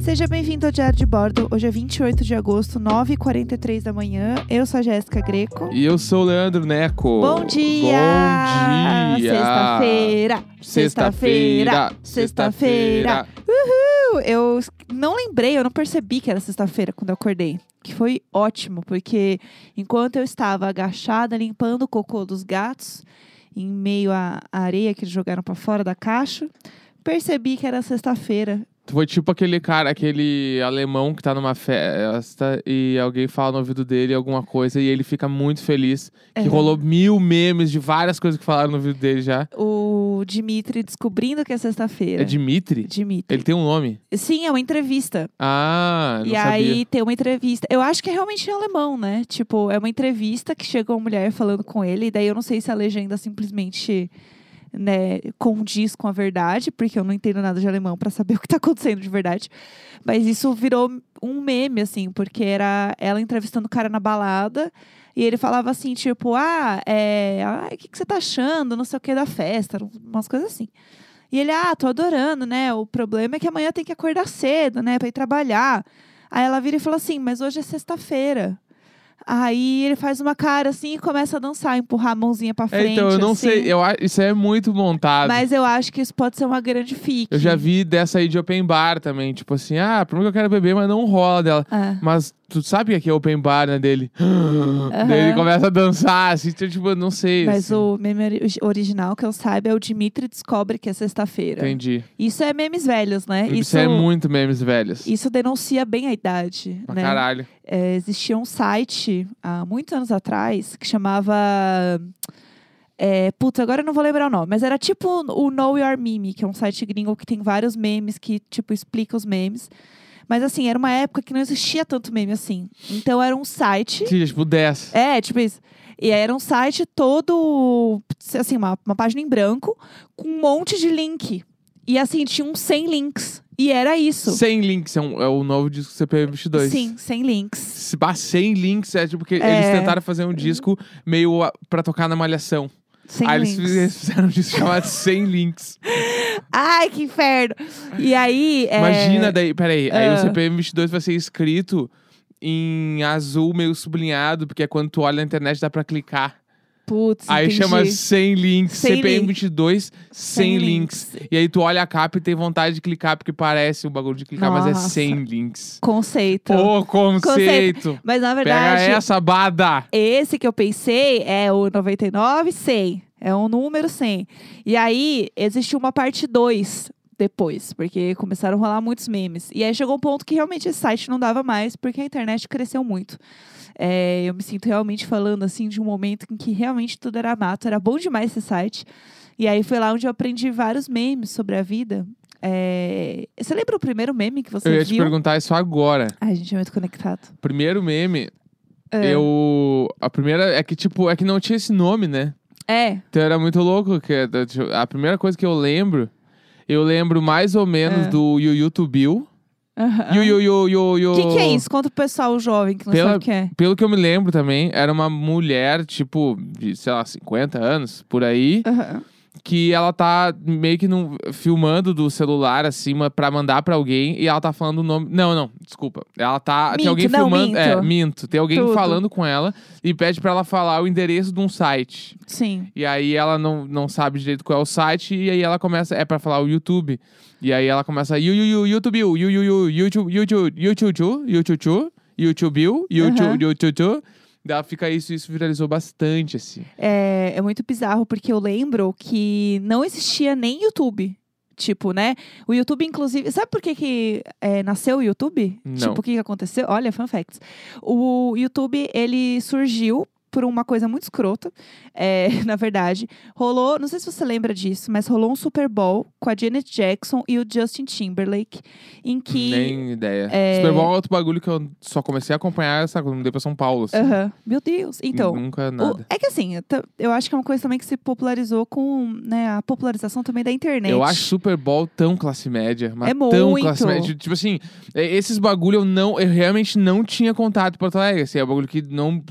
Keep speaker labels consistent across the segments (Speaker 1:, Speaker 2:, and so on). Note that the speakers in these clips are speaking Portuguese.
Speaker 1: Seja bem-vindo ao Diário de Bordo. Hoje é 28 de agosto, 9h43 da manhã. Eu sou a Jéssica Greco.
Speaker 2: E eu sou o Leandro Neco.
Speaker 1: Bom dia!
Speaker 2: Bom dia!
Speaker 1: Sexta-feira! Sexta-feira! Sexta-feira! Uhul! Eu não lembrei, eu não percebi que era sexta-feira quando eu acordei. Que foi ótimo, porque enquanto eu estava agachada limpando o cocô dos gatos, em meio à à areia que eles jogaram para fora da caixa, percebi que era sexta-feira.
Speaker 2: Tu foi tipo aquele cara, aquele alemão que tá numa festa e alguém fala no ouvido dele alguma coisa e ele fica muito feliz. Que
Speaker 1: É.
Speaker 2: rolou mil memes de várias coisas que falaram no ouvido dele já.
Speaker 1: O Dimitri descobrindo que é sexta-feira.
Speaker 2: É Dimitri?
Speaker 1: Dimitri.
Speaker 2: Ele tem um nome?
Speaker 1: Sim, é uma entrevista.
Speaker 2: Ah, não
Speaker 1: e
Speaker 2: sabia.
Speaker 1: aí tem uma entrevista. Eu acho que é realmente em alemão, né? Tipo, é uma entrevista que chega uma mulher falando com ele, e daí eu não sei se a legenda simplesmente né, condiz com a verdade, porque eu não entendo nada de alemão pra saber o que tá acontecendo de verdade. Mas isso virou um meme, assim, porque era ela entrevistando o cara na balada. E ele falava assim, tipo, ah, é, ai, o que, que você tá achando? Não sei o que da festa, umas coisas assim. E ele, ah, tô adorando, né? O problema é que amanhã tem que acordar cedo, né? Pra ir trabalhar. Aí ela vira e fala assim, mas hoje é sexta-feira. Aí ele faz uma cara assim e começa a dançar, empurrar a mãozinha pra
Speaker 2: É,
Speaker 1: frente.
Speaker 2: então, eu não
Speaker 1: assim.
Speaker 2: sei. Eu, a- isso é muito montado.
Speaker 1: Mas eu acho que isso pode ser uma grande fique.
Speaker 2: Eu já vi dessa aí de open bar também. Tipo assim, ah, por mim que eu quero beber, mas não rola dela.
Speaker 1: É.
Speaker 2: Mas tu sabe que aqui é open bar, né, dele? Daí ele começa a dançar, assim, então, tipo, eu não sei.
Speaker 1: Mas
Speaker 2: assim.
Speaker 1: o meme ori- original que eu saiba é o Dimitri descobre que é sexta-feira.
Speaker 2: Entendi.
Speaker 1: Isso é memes velhos, né?
Speaker 2: Isso, é muito memes velhos.
Speaker 1: isso denuncia bem a idade,
Speaker 2: Pra
Speaker 1: né?
Speaker 2: caralho.
Speaker 1: É, existia um site há muitos anos atrás que chamava. É, putz, agora eu não vou lembrar o nome, mas era tipo o Know Your Meme, que é um site gringo que tem vários memes que, tipo, explica os memes. Mas assim, era uma época que não existia tanto meme assim. Então era um site
Speaker 2: Sim, tipo 10.
Speaker 1: é, tipo isso. E aí era um site todo, assim, uma, uma página em branco, com um monte de link. E assim, tinha uns 100 links. E era isso.
Speaker 2: 100 links é, um- é o novo disco do CPM22.
Speaker 1: Sim, 100 links.
Speaker 2: Se pá, 100 links é tipo que
Speaker 1: É.
Speaker 2: eles tentaram fazer um disco meio a- pra tocar na malhação.
Speaker 1: 100
Speaker 2: Aí eles
Speaker 1: links.
Speaker 2: fiz- eles fizeram um disco chamado 100 links.
Speaker 1: Ai, que inferno! E aí. é,
Speaker 2: Imagina daí, peraí, aí
Speaker 1: Ah.
Speaker 2: o CPM22 vai ser escrito em azul meio sublinhado, porque é quando tu olha na internet dá pra clicar.
Speaker 1: Putz,
Speaker 2: Aí
Speaker 1: entendi.
Speaker 2: chama 100 links,
Speaker 1: 100
Speaker 2: CPM22, 100 links.
Speaker 1: links.
Speaker 2: E aí tu olha a capa e tem vontade de clicar, porque parece o bagulho de clicar, mas é
Speaker 1: Nossa.
Speaker 2: 100 links.
Speaker 1: Conceito.
Speaker 2: Ô, conceito!
Speaker 1: Mas na
Speaker 2: Pega
Speaker 1: verdade,
Speaker 2: essa, Bada!
Speaker 1: Esse que eu pensei é o 99 100. É um número 100. E aí, existiu uma parte 2 depois, porque começaram a rolar muitos memes. E aí chegou um ponto que realmente esse site não dava mais, porque a internet cresceu muito. É, eu me sinto realmente falando assim de um momento em que realmente tudo era mato. Era bom demais esse site. E aí foi lá onde eu aprendi vários memes sobre a vida. É, Você lembra o primeiro meme que você
Speaker 2: Eu ia te
Speaker 1: viu?
Speaker 2: perguntar isso agora.
Speaker 1: Ai, a gente é muito conectado.
Speaker 2: Primeiro meme,
Speaker 1: Ah.
Speaker 2: eu. A primeira é que, tipo, é que não tinha esse nome, né?
Speaker 1: É,
Speaker 2: Então era muito louco. Que, é da- tipo, a primeira coisa que eu lembro, eu lembro mais ou menos
Speaker 1: É.
Speaker 2: do Yu to Bill.
Speaker 1: aham.
Speaker 2: Yu, yu, yu, yu, yu.
Speaker 1: O Ah. que, que é isso? Conta pro pessoal jovem que não
Speaker 2: Pela-
Speaker 1: sabe o que é.
Speaker 2: Pelo que eu me lembro também, era uma mulher, tipo, de, sei lá, 50 anos, por aí,
Speaker 1: Aham.
Speaker 2: que ela tá meio que num, filmando do celular acima pra mandar pra alguém e ela tá falando o nome. Não, não, desculpa. Ela tá. tem
Speaker 1: Minto,
Speaker 2: alguém
Speaker 1: não,
Speaker 2: filmando. É,
Speaker 1: minto.
Speaker 2: minto. Tem alguém
Speaker 1: Tudo.
Speaker 2: falando com ela e pede pra ela falar o endereço de um site.
Speaker 1: Sim.
Speaker 2: E aí ela não, não sabe direito qual é o site e aí ela começa. É pra falar o YouTube. E aí ela começa. "Yu, yu, yu, YouTube, yu, yu, yu, YouTube, YouTube, YouTube, YouTube, YouTube, YouTube,
Speaker 1: Aham.
Speaker 2: YouTube, YouTube. Daí ela fica isso, isso viralizou bastante, assim.
Speaker 1: É, é muito bizarro, porque eu lembro que não existia nem YouTube. Tipo, né? O YouTube, inclusive. Sabe por que, que é, nasceu o YouTube?
Speaker 2: Não.
Speaker 1: Tipo, o que, que aconteceu? Olha, fun facts. O YouTube, ele surgiu por uma coisa muito escrota, é, na verdade. Rolou, não sei se você lembra disso, mas rolou um Super Bowl com a Janet Jackson e o Justin Timberlake, em que.
Speaker 2: Nem ideia.
Speaker 1: é-
Speaker 2: Super Bowl é outro bagulho que eu só comecei a acompanhar, sabe? Quando mudei pra São Paulo. assim.
Speaker 1: Aham. Meu Deus. Então,
Speaker 2: Nunca
Speaker 1: O-
Speaker 2: nada.
Speaker 1: é que assim, eu ta- eu acho que é uma coisa também que se popularizou com né, a popularização também da internet.
Speaker 2: Eu acho Super Bowl tão classe média, mas
Speaker 1: É
Speaker 2: tão
Speaker 1: muito.
Speaker 2: classe média. Tipo assim, é, esses bagulho eu não, eu realmente não tinha contato em Porto Alegre. Assim, é um bagulho que não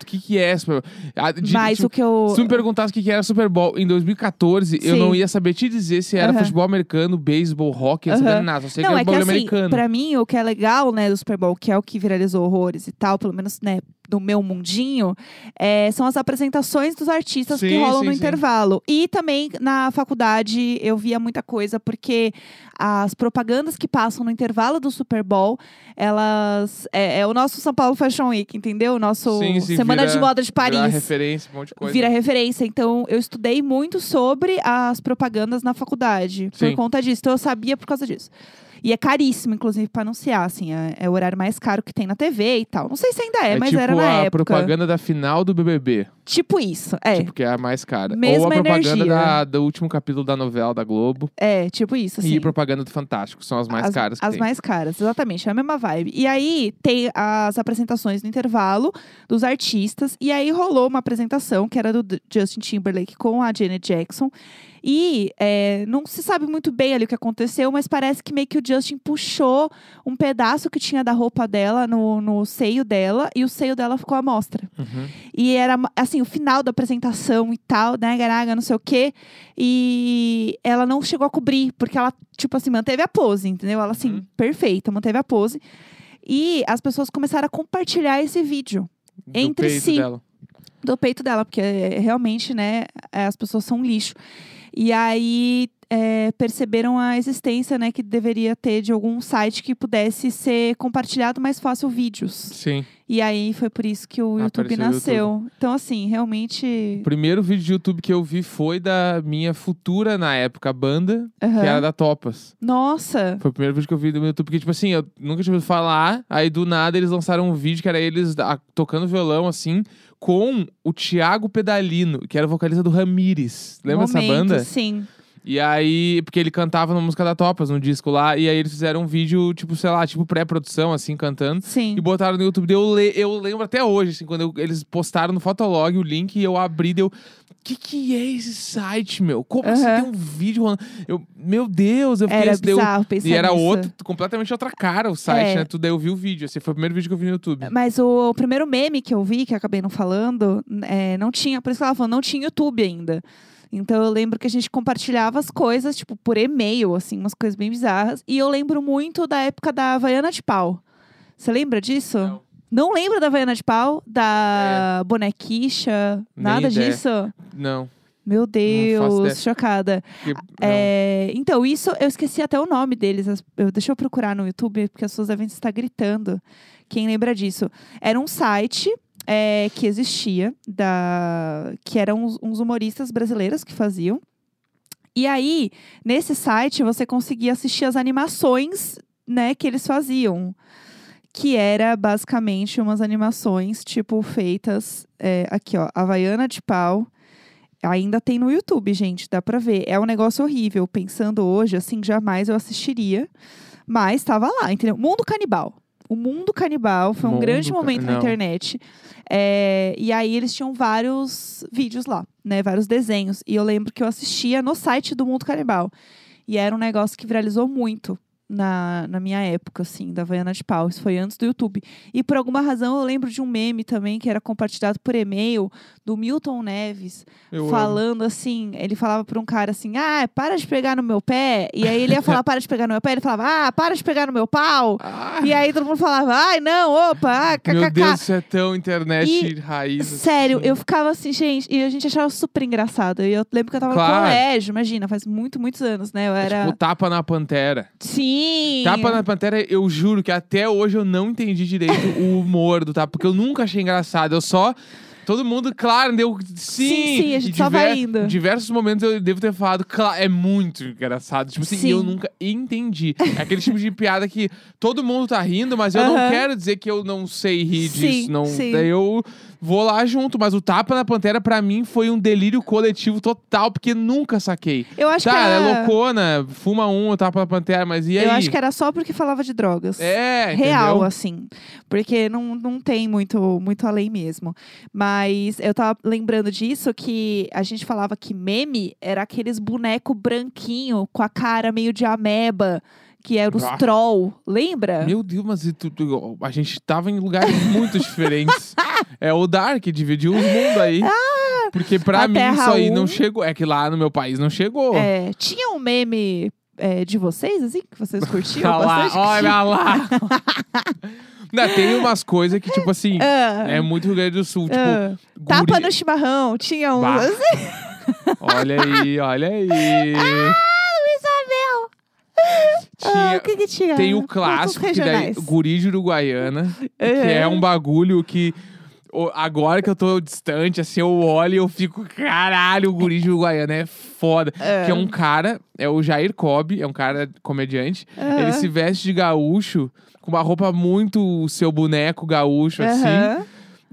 Speaker 2: o que, que é Super Bowl? Ah, de-
Speaker 1: Mas
Speaker 2: tipo,
Speaker 1: o que eu.
Speaker 2: Se tu me perguntasse o que, que era Super Bowl em 2014, eu
Speaker 1: Sim.
Speaker 2: não ia saber te dizer se era
Speaker 1: Aham.
Speaker 2: futebol americano, beisebol, rock, eu não sabia
Speaker 1: Aham.
Speaker 2: nada. Só sei
Speaker 1: Não,
Speaker 2: que era
Speaker 1: é que
Speaker 2: futebol
Speaker 1: assim,
Speaker 2: americano.
Speaker 1: pra mim, o que é legal, né, do Super Bowl, que é o que viralizou horrores e tal, pelo menos, né, do meu mundinho, é, são as apresentações dos artistas que
Speaker 2: Sim,
Speaker 1: rolam
Speaker 2: sim,
Speaker 1: no
Speaker 2: sim.
Speaker 1: intervalo. E também na faculdade eu via muita coisa, porque as propagandas que passam no intervalo do Super Bowl, elas. É, é o nosso São Paulo Fashion Week, entendeu? O nosso
Speaker 2: Sim, sim,
Speaker 1: Semana
Speaker 2: vira-
Speaker 1: de Moda de Paris.
Speaker 2: Virar referência, um monte de coisa.
Speaker 1: Vira referência. Então, eu estudei muito sobre as propagandas na faculdade
Speaker 2: Sim.
Speaker 1: por conta disso. Então, eu sabia por causa disso. E é caríssimo, inclusive, pra anunciar, assim. É, é o horário mais caro que tem na TV e tal. Não sei se ainda é,
Speaker 2: é
Speaker 1: mas
Speaker 2: tipo
Speaker 1: era na
Speaker 2: a
Speaker 1: época.
Speaker 2: propaganda da final do BBB,
Speaker 1: Tipo isso. É,
Speaker 2: tipo, que é a mais cara. Ou
Speaker 1: Mesma
Speaker 2: a propaganda
Speaker 1: energia.
Speaker 2: da, do último capítulo da novela da Globo
Speaker 1: é, tipo isso, assim.
Speaker 2: e propaganda do Fantástico, são as mais
Speaker 1: as,
Speaker 2: caras que
Speaker 1: As
Speaker 2: tem.
Speaker 1: mais caras, exatamente. É a mesma vibe. E aí tem as apresentações no intervalo dos artistas. E aí rolou uma apresentação que era do D- Justin Timberlake com a Janet Jackson. E é, não se sabe muito bem ali o que aconteceu, mas parece que meio que o Justin puxou um pedaço que tinha da roupa dela no, no seio dela e o seio dela ficou à mostra.
Speaker 2: Uhum.
Speaker 1: E era, assim, o final da apresentação e tal, né, garaga, não sei o quê. E ela não chegou a cobrir, porque ela, tipo assim, manteve a pose, entendeu? Ela, assim,
Speaker 2: Uhum.
Speaker 1: perfeita, manteve a pose. E as pessoas começaram a compartilhar esse vídeo
Speaker 2: Do
Speaker 1: Entre
Speaker 2: peito
Speaker 1: si.
Speaker 2: dela.
Speaker 1: do peito dela, porque é, realmente, né, é, as pessoas são um lixo. E aí é, perceberam a existência, né, que deveria ter de algum site que pudesse ser compartilhado mais fácil vídeos.
Speaker 2: Sim.
Speaker 1: E aí foi por isso que o YouTube
Speaker 2: Apareceu o
Speaker 1: nasceu. Então, assim, realmente.
Speaker 2: O primeiro vídeo de YouTube que eu vi foi da minha futura, na época, banda,
Speaker 1: Aham.
Speaker 2: que era da Topas.
Speaker 1: Nossa!
Speaker 2: Foi o primeiro vídeo que eu vi do meu YouTube, que, tipo assim, eu nunca tinha ouvido falar. Aí do nada eles lançaram um vídeo que era eles da- tocando violão, assim, com o Thiago Pedalino, que era o vocalista do Ramires. Lembra
Speaker 1: momento,
Speaker 2: essa banda?
Speaker 1: Sim.
Speaker 2: E aí, porque ele cantava na música da Topas, no disco lá, e aí eles fizeram um vídeo, tipo, sei lá, tipo pré-produção, assim, cantando.
Speaker 1: Sim.
Speaker 2: E botaram no YouTube. Daí Eu, le- eu lembro até hoje, assim, quando eu- eles postaram no Fotolog o link e eu abri, deu. Que que é esse site, meu? Como assim
Speaker 1: Aham.
Speaker 2: tem um vídeo rolando? Eu, meu Deus, eu fiquei
Speaker 1: Era
Speaker 2: assim, daí eu-
Speaker 1: bizarro pensar
Speaker 2: e era
Speaker 1: nisso.
Speaker 2: outro, completamente outra cara o site,
Speaker 1: É.
Speaker 2: né? Tudo aí eu vi o vídeo. Esse foi o primeiro vídeo que eu vi no YouTube.
Speaker 1: Mas o, primeiro meme que eu vi, que eu acabei não falando, n- é, não tinha. Por isso que ela falou, não tinha YouTube ainda. Então eu lembro que a gente compartilhava as coisas, tipo, por e-mail, assim, umas coisas bem bizarras. E eu lembro muito da época da Havaiana de Pau. Você lembra disso?
Speaker 2: Não. É.
Speaker 1: Não lembra da Havaiana de Pau? Da bonequicha?
Speaker 2: Nem
Speaker 1: Nada
Speaker 2: ideia.
Speaker 1: disso?
Speaker 2: Não.
Speaker 1: Meu
Speaker 2: ideia.
Speaker 1: Deus, chocada.
Speaker 2: porque- não.
Speaker 1: É, então, isso eu esqueci até o nome deles. As- Eu, deixa eu procurar no YouTube, porque as pessoas devem estar gritando. Quem lembra disso? Era um site é, que existia, da, que eram uns, uns humoristas brasileiros que faziam. E aí, nesse site, você conseguia assistir as animações né, que eles faziam. Que era basicamente umas animações, tipo, feitas é, aqui, ó, Havaiana de Pau. Ainda tem no YouTube, gente, dá pra ver. É um negócio horrível. Pensando hoje, assim, jamais eu assistiria. Mas tava lá, entendeu? Mundo Canibal. O Mundo Canibal foi um
Speaker 2: Mundo
Speaker 1: grande
Speaker 2: Ca-
Speaker 1: momento na
Speaker 2: não.
Speaker 1: internet. É, e aí eles tinham vários vídeos lá, né? Vários desenhos. E eu lembro que eu assistia no site do Mundo Canibal. E era um negócio que viralizou muito na, na minha época, assim, da Havaiana de Pau. Isso foi antes do YouTube. E por alguma razão eu lembro de um meme também que era compartilhado por e-mail do Milton Neves,
Speaker 2: Eu amo.
Speaker 1: falando assim: ele falava pra um cara assim, ah, para de pegar no meu pé. E aí ele ia falar, para de pegar no meu pé. Ele falava, ah, para de pegar no meu pau.
Speaker 2: Ah,
Speaker 1: E aí todo mundo falava, ai, não, opa, ah,
Speaker 2: meu
Speaker 1: kkk.
Speaker 2: Deus, isso é tão internet
Speaker 1: E-
Speaker 2: raiz. assim.
Speaker 1: Sério, eu ficava assim, gente, e a gente achava super engraçado. E eu lembro que eu tava
Speaker 2: Claro.
Speaker 1: no colégio, imagina, faz muito, muitos anos, né? Eu
Speaker 2: É
Speaker 1: era.
Speaker 2: Tipo, tapa na pantera.
Speaker 1: Sim!
Speaker 2: Tapa na Pantera, eu juro que até hoje eu não entendi direito o humor do Tapa, porque eu nunca achei engraçado. Eu só. Todo mundo, claro, deu. Sim,
Speaker 1: Sim, sim, a gente
Speaker 2: E
Speaker 1: só vai indo.
Speaker 2: Em diversos momentos eu devo ter falado, claro, é muito engraçado. Tipo assim,
Speaker 1: Sim.
Speaker 2: eu nunca entendi. É aquele tipo de piada que todo mundo tá rindo, mas eu não
Speaker 1: Aham.
Speaker 2: quero dizer que eu não sei rir
Speaker 1: Sim,
Speaker 2: disso. Não,
Speaker 1: sim.
Speaker 2: Daí eu vou lá junto, mas o Tapa na Pantera, pra mim, foi um delírio coletivo total, porque nunca saquei.
Speaker 1: Eu acho que
Speaker 2: tá,
Speaker 1: era...
Speaker 2: ela é loucona, fuma um, tapa na pantera, mas e aí?
Speaker 1: Eu acho que era só porque falava de drogas.
Speaker 2: É,
Speaker 1: Real,
Speaker 2: entendeu?
Speaker 1: assim. Porque não, não tem muito, muito além mesmo. Mas eu tava lembrando disso que a gente falava que meme era aqueles boneco branquinho com a cara meio de ameba, que era os
Speaker 2: Ah.
Speaker 1: troll. Lembra?
Speaker 2: Meu Deus, mas e tu- tu- a gente tava em lugares muito diferentes. é o Dark, dividiu os mundos aí. Porque pra
Speaker 1: Ah, A
Speaker 2: mim isso
Speaker 1: Terra
Speaker 2: aí
Speaker 1: um.
Speaker 2: não chegou. É que lá no meu país não chegou.
Speaker 1: É, tinha um meme é, de vocês, assim, que vocês curtiam
Speaker 2: Olha Tá lá,
Speaker 1: bastante?
Speaker 2: olha lá. Não, tem umas coisas que, tipo assim,
Speaker 1: Ah,
Speaker 2: é muito Rio Grande do Sul. Tipo,
Speaker 1: ah.
Speaker 2: guri-
Speaker 1: Tapa no chimarrão, tinha um.
Speaker 2: Bah.
Speaker 1: Ah,
Speaker 2: Olha aí, olha aí.
Speaker 1: Isabel! Ah,
Speaker 2: Tinha-
Speaker 1: o que que tinha?
Speaker 2: Tem o
Speaker 1: Contos
Speaker 2: clássico, que daí,
Speaker 1: regionais.
Speaker 2: guri de Uruguaiana, que é
Speaker 1: Uhum.
Speaker 2: um bagulho que... o- Agora que eu tô distante, assim, eu olho e eu fico, caralho, o guri de Uruguaiana é foda. Que é um cara, é o Jair Cobb, é um cara comediante.
Speaker 1: Aham.
Speaker 2: Ele se veste de gaúcho, com uma roupa muito o seu boneco gaúcho, assim.
Speaker 1: Aham.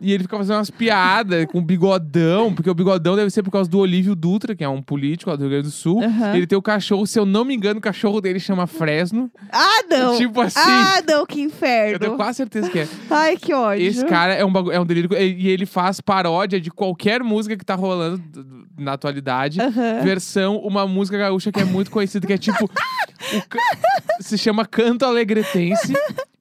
Speaker 2: E ele fica fazendo umas piadas com o bigodão, porque o bigodão deve ser por causa do Olívio Dutra, que é um político lá do Rio Grande do Sul.
Speaker 1: Aham.
Speaker 2: Ele tem o cachorro, se eu não me engano, o cachorro dele chama Fresno.
Speaker 1: Ah, não!
Speaker 2: Tipo assim.
Speaker 1: Ah, não, que
Speaker 2: Eu tenho
Speaker 1: inferno!
Speaker 2: quase certeza que é.
Speaker 1: Ai, que ódio.
Speaker 2: Esse cara é um, bagu- é um delírio. E e ele faz paródia de qualquer música que tá rolando d- d- na atualidade.
Speaker 1: Aham.
Speaker 2: Versão, uma música gaúcha que é muito conhecida, que é tipo. o ca- Se chama Canto Alegretense.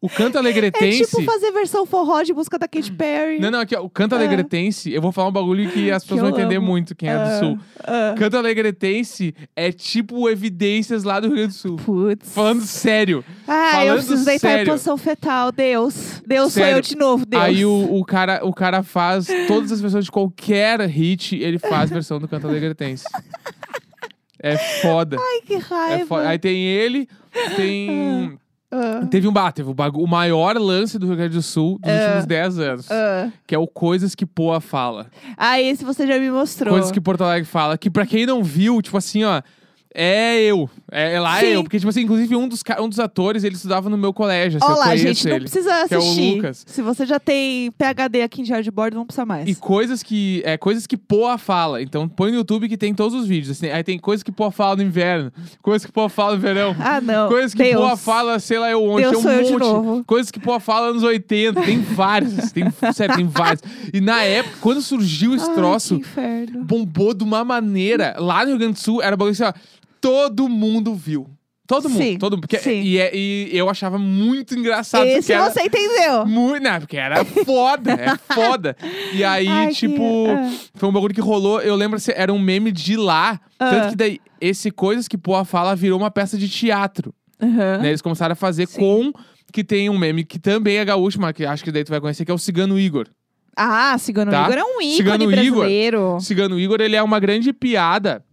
Speaker 2: O Canto
Speaker 1: É
Speaker 2: Alegretense.
Speaker 1: tipo fazer versão forró de música da Katy Perry.
Speaker 2: Não, não, aqui, ó. O
Speaker 1: Ah.
Speaker 2: Canto Alegretense, eu vou falar um bagulho que as pessoas
Speaker 1: eu
Speaker 2: vão entender
Speaker 1: amo.
Speaker 2: muito, quem é do
Speaker 1: Ah,
Speaker 2: Sul.
Speaker 1: ah.
Speaker 2: Canto Alegretense é tipo o Evidências lá do Rio Grande do Sul.
Speaker 1: Putz.
Speaker 2: Falando sério.
Speaker 1: Ah,
Speaker 2: falando
Speaker 1: eu preciso deitar em
Speaker 2: sério.
Speaker 1: posição fetal. Deus. Deus sou
Speaker 2: Sério.
Speaker 1: eu de novo, Deus.
Speaker 2: Aí o, o cara, o cara faz todas as versões de qualquer hit, ele faz versão do Canto Alegretense. É foda.
Speaker 1: Ai, que
Speaker 2: É
Speaker 1: raiva.
Speaker 2: foda. Aí tem ele, tem.
Speaker 1: Ah,
Speaker 2: Teve um bate, o, bagu- o maior lance do Rio Grande do Sul dos
Speaker 1: É.
Speaker 2: últimos 10 anos.
Speaker 1: ah.
Speaker 2: Que é o Coisas que Poa fala.
Speaker 1: Ah, esse você já me mostrou.
Speaker 2: Coisas que Porto Alegre fala. Que pra quem não viu, tipo assim, ó. É eu. É, é lá
Speaker 1: Sim.
Speaker 2: eu. Porque, tipo assim, inclusive um dos, ca- um dos atores, ele estudava no meu colégio. Assim,
Speaker 1: Olha
Speaker 2: eu
Speaker 1: lá,
Speaker 2: conheço
Speaker 1: gente, não
Speaker 2: ele.
Speaker 1: precisa
Speaker 2: que é o
Speaker 1: assistir.
Speaker 2: Lucas.
Speaker 1: Se você já tem PHD aqui em diário de bordo, não precisa mais.
Speaker 2: E coisas que. É, coisas que Poa fala. Então põe no YouTube que tem todos os vídeos. assim. aí tem coisas que Poa fala no inverno, coisas que Poa fala no verão.
Speaker 1: Ah, não.
Speaker 2: Coisas que
Speaker 1: Deus.
Speaker 2: Poa fala, sei lá, eu onde.
Speaker 1: Deus
Speaker 2: tem
Speaker 1: sou
Speaker 2: um
Speaker 1: eu
Speaker 2: monte.
Speaker 1: de novo.
Speaker 2: Coisas que Poa fala anos 80. Tem vários. assim, tem, sério, tem vários. E na época, quando surgiu esse
Speaker 1: Ai,
Speaker 2: troço,
Speaker 1: Que inferno.
Speaker 2: bombou de uma maneira. Lá no Rio Grande do Sul, era um bagulho assim, ó. Todo mundo viu. Todo mundo,
Speaker 1: Sim,
Speaker 2: todo mundo. Porque-
Speaker 1: sim.
Speaker 2: E, é- e eu achava muito engraçado. porque
Speaker 1: Esse
Speaker 2: era
Speaker 1: você entendeu.
Speaker 2: muito, não, porque era foda, é foda. E aí,
Speaker 1: Ai, que-
Speaker 2: tipo,
Speaker 1: ah.
Speaker 2: foi um bagulho que rolou. Eu lembro, assim, era um meme de lá.
Speaker 1: Ah.
Speaker 2: Tanto que daí, esse Coisas que Poa Fala virou uma peça de teatro.
Speaker 1: Aham.
Speaker 2: né? Eles começaram a fazer
Speaker 1: Ah. Sim.
Speaker 2: com... Que tem um meme que também é gaúcho, mas que acho que daí tu vai conhecer, que é o Cigano Igor.
Speaker 1: Ah, Cigano
Speaker 2: Tá?
Speaker 1: Igor é um ícone
Speaker 2: Cigano Igor.
Speaker 1: brasileiro.
Speaker 2: O Cigano Igor, ele é uma grande piada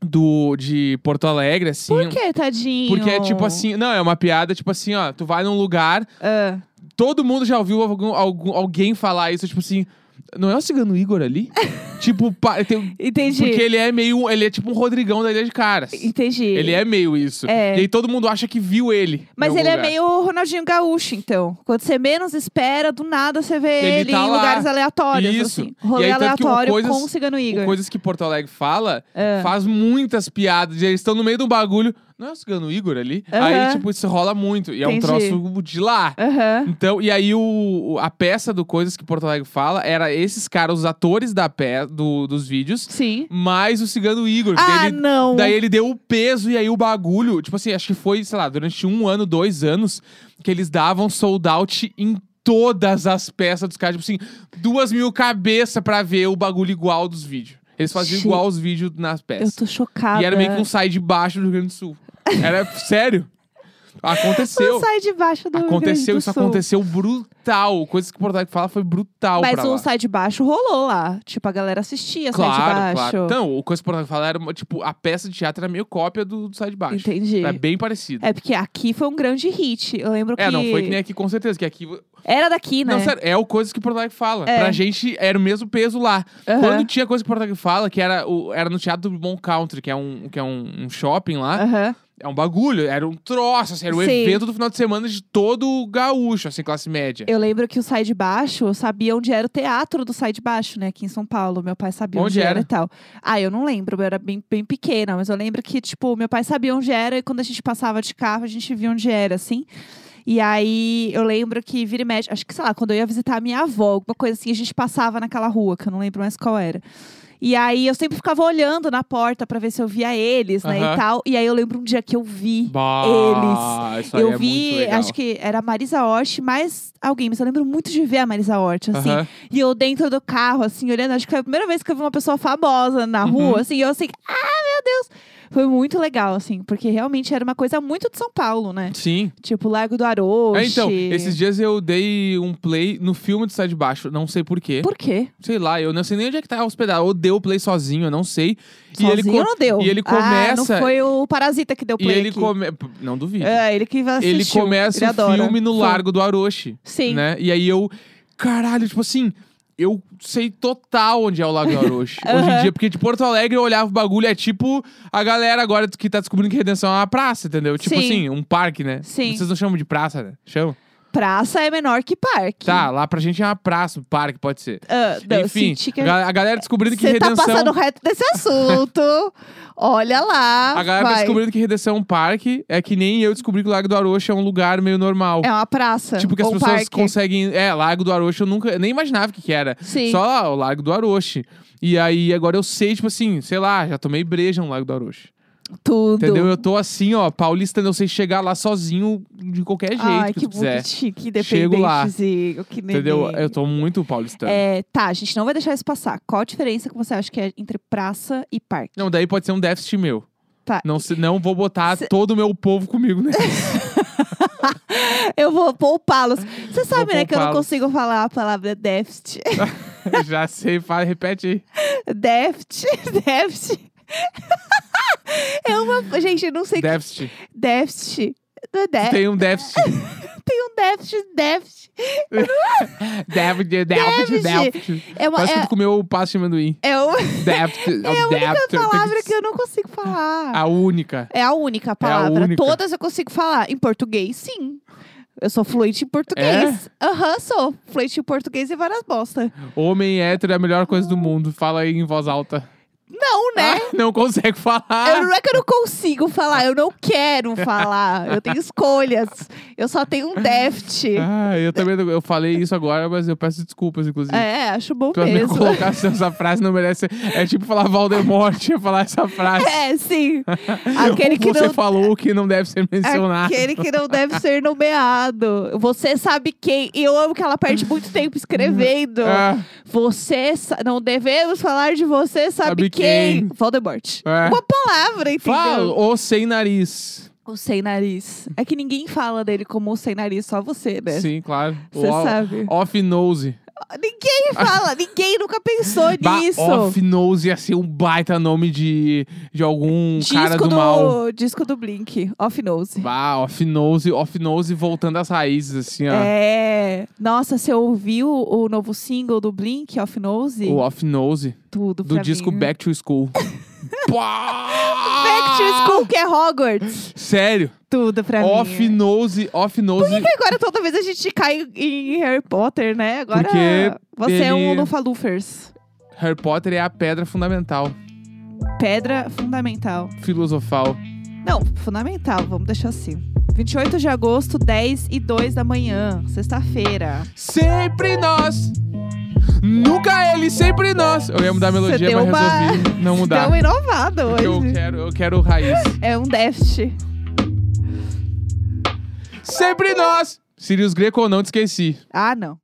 Speaker 2: do de Porto Alegre, assim.
Speaker 1: Por que, tadinho?
Speaker 2: Porque é tipo assim, não, é uma piada, tipo assim, ó, tu vai num lugar,
Speaker 1: Ah.
Speaker 2: todo mundo já ouviu algum, algum- alguém falar isso, tipo assim, não é o Cigano Igor ali? tipo, pa- tem-
Speaker 1: Entendi.
Speaker 2: porque ele é meio, ele é tipo um Rodrigão da Ilha de Caras.
Speaker 1: Entendi.
Speaker 2: Ele é meio isso.
Speaker 1: É.
Speaker 2: E aí todo mundo acha que viu ele. em
Speaker 1: Mas
Speaker 2: algum
Speaker 1: ele é
Speaker 2: lugar.
Speaker 1: meio Ronaldinho Gaúcho, então. Quando você menos espera, do nada você vê
Speaker 2: Ele
Speaker 1: ele,
Speaker 2: tá
Speaker 1: em
Speaker 2: lá.
Speaker 1: lugares aleatórios.
Speaker 2: Isso.
Speaker 1: Assim.
Speaker 2: E
Speaker 1: Rolê
Speaker 2: aí, tanto que o
Speaker 1: aleatório
Speaker 2: Coisas-
Speaker 1: com o Cigano Igor. Ah.
Speaker 2: O Coisas que Porto Alegre fala faz muitas piadas. e Eles estão no meio de um bagulho. Não é o Cigano Igor ali?
Speaker 1: Aham.
Speaker 2: Aí, tipo, isso rola muito. E é um
Speaker 1: Entendi.
Speaker 2: troço de lá.
Speaker 1: Aham.
Speaker 2: Então, e aí o, o- a peça do Coisas que Porto Alegre fala era esses caras, os atores da pe do, dos vídeos,
Speaker 1: Sim.
Speaker 2: mais o Cigano Igor. que
Speaker 1: Ah,
Speaker 2: daí, ele,
Speaker 1: não.
Speaker 2: daí ele deu o peso e aí o bagulho. Tipo assim, acho que foi, sei lá, durante um ano, dois anos, que eles davam sold out em todas as peças dos caras. Tipo assim, duas mil cabeças pra ver o bagulho igual dos vídeos. Eles faziam
Speaker 1: Gente,
Speaker 2: igual os vídeos nas peças.
Speaker 1: Eu tô chocada.
Speaker 2: E era meio que um sai de baixo do Rio Grande do Sul. Era sério. Aconteceu.
Speaker 1: Não sai de baixo do Rio Grande
Speaker 2: Aconteceu,
Speaker 1: do
Speaker 2: isso
Speaker 1: Sul.
Speaker 2: aconteceu brutal. Coisas que o Porto Alegre fala foi brutal
Speaker 1: Mas
Speaker 2: pra
Speaker 1: o
Speaker 2: lá.
Speaker 1: Sai de Baixo rolou lá. Tipo, a galera assistia
Speaker 2: claro,
Speaker 1: Sai de Baixo.
Speaker 2: claro. Então, o Coisas que o Porto Alegre fala era, uma- tipo, a peça de teatro era meio cópia do, do Sai de Baixo.
Speaker 1: Entendi.
Speaker 2: Era bem parecido. É,
Speaker 1: É porque aqui foi um grande hit. Eu lembro que.
Speaker 2: não foi que nem aqui, com certeza. Que aqui...
Speaker 1: Era daqui, É, né?
Speaker 2: Não, sério, é o Coisas que o Porto Alegre fala.
Speaker 1: É.
Speaker 2: Pra gente, era o mesmo peso lá.
Speaker 1: Aham.
Speaker 2: Quando tinha Coisas que o Porto Alegre fala, que era, o- era no Teatro do Bon Country, que é um, que é um, um shopping lá.
Speaker 1: Aham.
Speaker 2: É um bagulho, era um troço, assim, era o
Speaker 1: Sim.
Speaker 2: evento do final de semana de todo o gaúcho, assim, classe média.
Speaker 1: Eu lembro que o Sai de Baixo, eu sabia onde era o teatro do Sai de Baixo, né? Aqui em São Paulo. Meu pai sabia
Speaker 2: Onde
Speaker 1: onde,
Speaker 2: era?
Speaker 1: e tal. Ah, eu não lembro, eu era bem, bem pequena, mas eu lembro que, tipo, meu pai sabia onde era e quando a gente passava de carro, a gente via onde era, assim. E aí eu lembro que vira e mexe, acho que, sei lá, quando eu ia visitar a minha avó, alguma coisa assim, a gente passava naquela rua, que eu não lembro mais qual era. E aí eu sempre ficava olhando na porta pra ver se eu via eles, né?
Speaker 2: Aham.
Speaker 1: E tal. E aí eu lembro um dia que eu vi.
Speaker 2: Bah, isso aí
Speaker 1: eu
Speaker 2: é muito
Speaker 1: vi,
Speaker 2: legal.
Speaker 1: acho que era a Marisa Hort, mais alguém, mas eu lembro muito de ver a Marisa Hort, assim.
Speaker 2: Aham.
Speaker 1: E eu dentro do carro, assim, olhando, acho que foi a primeira vez que eu vi uma pessoa famosa na
Speaker 2: Uhum.
Speaker 1: rua, assim, e eu assim, ah, meu Deus! Foi muito legal, assim, porque realmente era uma coisa muito de São Paulo, né?
Speaker 2: Sim.
Speaker 1: Tipo, Largo do Aroche.
Speaker 2: É, então, esses dias eu dei um play no filme de Sai de Baixo, não sei porquê.
Speaker 1: Por quê?
Speaker 2: Sei lá, eu não sei nem onde é que tá hospedado. Ou deu o play sozinho, eu não sei. e ele
Speaker 1: Sozinho
Speaker 2: co-
Speaker 1: não deu.
Speaker 2: e ele
Speaker 1: Ah, não
Speaker 2: começa-
Speaker 1: foi o Parasita que deu
Speaker 2: E
Speaker 1: play
Speaker 2: ele
Speaker 1: aqui.
Speaker 2: come... Não duvido.
Speaker 1: É, ele que assistiu.
Speaker 2: ele começa
Speaker 1: ele
Speaker 2: o
Speaker 1: adora.
Speaker 2: filme no
Speaker 1: Foi.
Speaker 2: Largo do Aroche.
Speaker 1: Sim.
Speaker 2: né? E aí eu, caralho, tipo assim, eu sei total onde é o Lago do Aroche. Hoje em
Speaker 1: Aham.
Speaker 2: dia, porque de Porto Alegre eu olhava o bagulho, é tipo a galera agora que tá descobrindo que Redenção é uma praça, entendeu? Tipo
Speaker 1: Sim.
Speaker 2: assim, um parque, né?
Speaker 1: Sim.
Speaker 2: Vocês não chamam de praça, né? Chamam?
Speaker 1: Praça é menor que parque.
Speaker 2: Tá, lá pra gente é uma praça, um parque, pode ser.
Speaker 1: Ah, não,
Speaker 2: Enfim,
Speaker 1: senti que-
Speaker 2: ga- a galera descobrindo que
Speaker 1: Você tá
Speaker 2: Redenção...
Speaker 1: passando reto desse assunto. Olha lá.
Speaker 2: A galera
Speaker 1: vai.
Speaker 2: descobrindo que Redenção é um parque, é que nem eu descobri que o Lago do Aroche é um lugar meio normal.
Speaker 1: É uma praça.
Speaker 2: Tipo, que as
Speaker 1: ou um
Speaker 2: pessoas
Speaker 1: parque.
Speaker 2: conseguem. É, Largo do Aroche, eu nunca. Nem imaginava o que, que era.
Speaker 1: Sim.
Speaker 2: Só lá, o Largo do Aroche. E aí, agora eu sei, tipo assim, sei lá, já tomei breja no Largo do Aroche.
Speaker 1: Tudo.
Speaker 2: Entendeu? Eu tô assim, ó, paulista, eu sei chegar lá sozinho de qualquer jeito
Speaker 1: Ai,
Speaker 2: que,
Speaker 1: que
Speaker 2: tu quiser.
Speaker 1: bonitinho, que
Speaker 2: Chego lá.
Speaker 1: independentezinho. Que neném.
Speaker 2: Entendeu? Eu tô muito paulistano.
Speaker 1: É, tá, a gente não vai deixar isso passar. Qual a diferença que você acha que é entre praça e parque?
Speaker 2: Não, daí pode ser um déficit meu.
Speaker 1: Tá.
Speaker 2: Não, se- não vou botar
Speaker 1: Cê-
Speaker 2: todo o meu povo comigo, né?
Speaker 1: Eu vou poupá-los. Você sabe, né, que eu não
Speaker 2: poupá-los.
Speaker 1: consigo falar a palavra déficit.
Speaker 2: Já sei, fala, repete aí.
Speaker 1: déficit, déficit. é uma. Gente, eu não sei. que
Speaker 2: Déficit.
Speaker 1: Déficit. Não é dé-
Speaker 2: Tem um déficit.
Speaker 1: Tem um déficit, déficit.
Speaker 2: déficit, déficit, déficit.
Speaker 1: É uma.
Speaker 2: Parece que
Speaker 1: É,
Speaker 2: tu comeu o pasto de amendoim.
Speaker 1: é uma
Speaker 2: Déficit.
Speaker 1: É a única
Speaker 2: déficit.
Speaker 1: palavra que eu não consigo falar.
Speaker 2: A única.
Speaker 1: É a única palavra.
Speaker 2: única.
Speaker 1: Todas eu consigo falar. Em português, sim. Eu sou fluente em português. Aham, sou. Fluente em português e várias bosta.
Speaker 2: Homem hétero é a melhor coisa do mundo. Fala aí em voz alta.
Speaker 1: Não, né?
Speaker 2: Ah, não consegue falar.
Speaker 1: Eu, não é que eu não consigo falar, eu não quero falar. Eu tenho escolhas. Eu só tenho um déficit.
Speaker 2: Ah, eu também não- eu falei isso agora, mas eu peço desculpas, inclusive.
Speaker 1: É, acho bom
Speaker 2: Pra me
Speaker 1: mesmo.
Speaker 2: colocar se essa frase não merece. É tipo falar Valdemort, falar essa frase.
Speaker 1: É, sim. Aquele que
Speaker 2: Você
Speaker 1: não
Speaker 2: falou que não deve ser mencionado.
Speaker 1: Aquele que não deve ser nomeado. Você sabe quem. E eu amo que ela perde muito tempo escrevendo.
Speaker 2: Ah,
Speaker 1: Você. sa- Não devemos falar de você, sabe,
Speaker 2: Sabe
Speaker 1: quem?
Speaker 2: quem?
Speaker 1: Voldemort.
Speaker 2: É.
Speaker 1: Uma palavra, entendeu?
Speaker 2: fala, ou sem nariz.
Speaker 1: O sem nariz. É que ninguém fala dele como o sem nariz, só você, né?
Speaker 2: Sim, claro.
Speaker 1: Você
Speaker 2: O-
Speaker 1: sabe.
Speaker 2: Off nose.
Speaker 1: Ninguém fala, ninguém nunca pensou
Speaker 2: Bah,
Speaker 1: nisso.
Speaker 2: off nose ia ser um baita nome de, de algum
Speaker 1: disco
Speaker 2: cara do mal.
Speaker 1: disco do Blink, Off Nose.
Speaker 2: Bah, off-nose, off-nose voltando às raízes, assim, ó.
Speaker 1: É. Nossa, você ouviu o novo single do Blink, Off Nose?
Speaker 2: O off-nose
Speaker 1: Tudo
Speaker 2: do
Speaker 1: pra
Speaker 2: disco
Speaker 1: mim.
Speaker 2: Back to School.
Speaker 1: Back
Speaker 2: Back
Speaker 1: to School, que é Hogwarts.
Speaker 2: Sério,
Speaker 1: Tudo pra mim. é.
Speaker 2: off-nose, off-nose.
Speaker 1: E agora toda vez a gente cai em Harry Potter, né? Agora
Speaker 2: Porque
Speaker 1: você é um
Speaker 2: ele-
Speaker 1: Lufalufers.
Speaker 2: Harry Potter é a pedra fundamental,
Speaker 1: Pedra fundamental.
Speaker 2: filosofal.
Speaker 1: Não, fundamental, vamos deixar assim. 28 de agosto, 10 e 2 da manhã, sexta-feira.
Speaker 2: Sempre nós, nunca ele, sempre nós. Eu ia mudar a melodia,
Speaker 1: deu
Speaker 2: mas
Speaker 1: uma-
Speaker 2: resolvi não mudar.
Speaker 1: Deu um inovado
Speaker 2: porque eu
Speaker 1: hoje.
Speaker 2: quero, eu quero raiz.
Speaker 1: É um déficit.
Speaker 2: sempre nós. Sirius Greco, eu não te esqueci.
Speaker 1: Ah, não.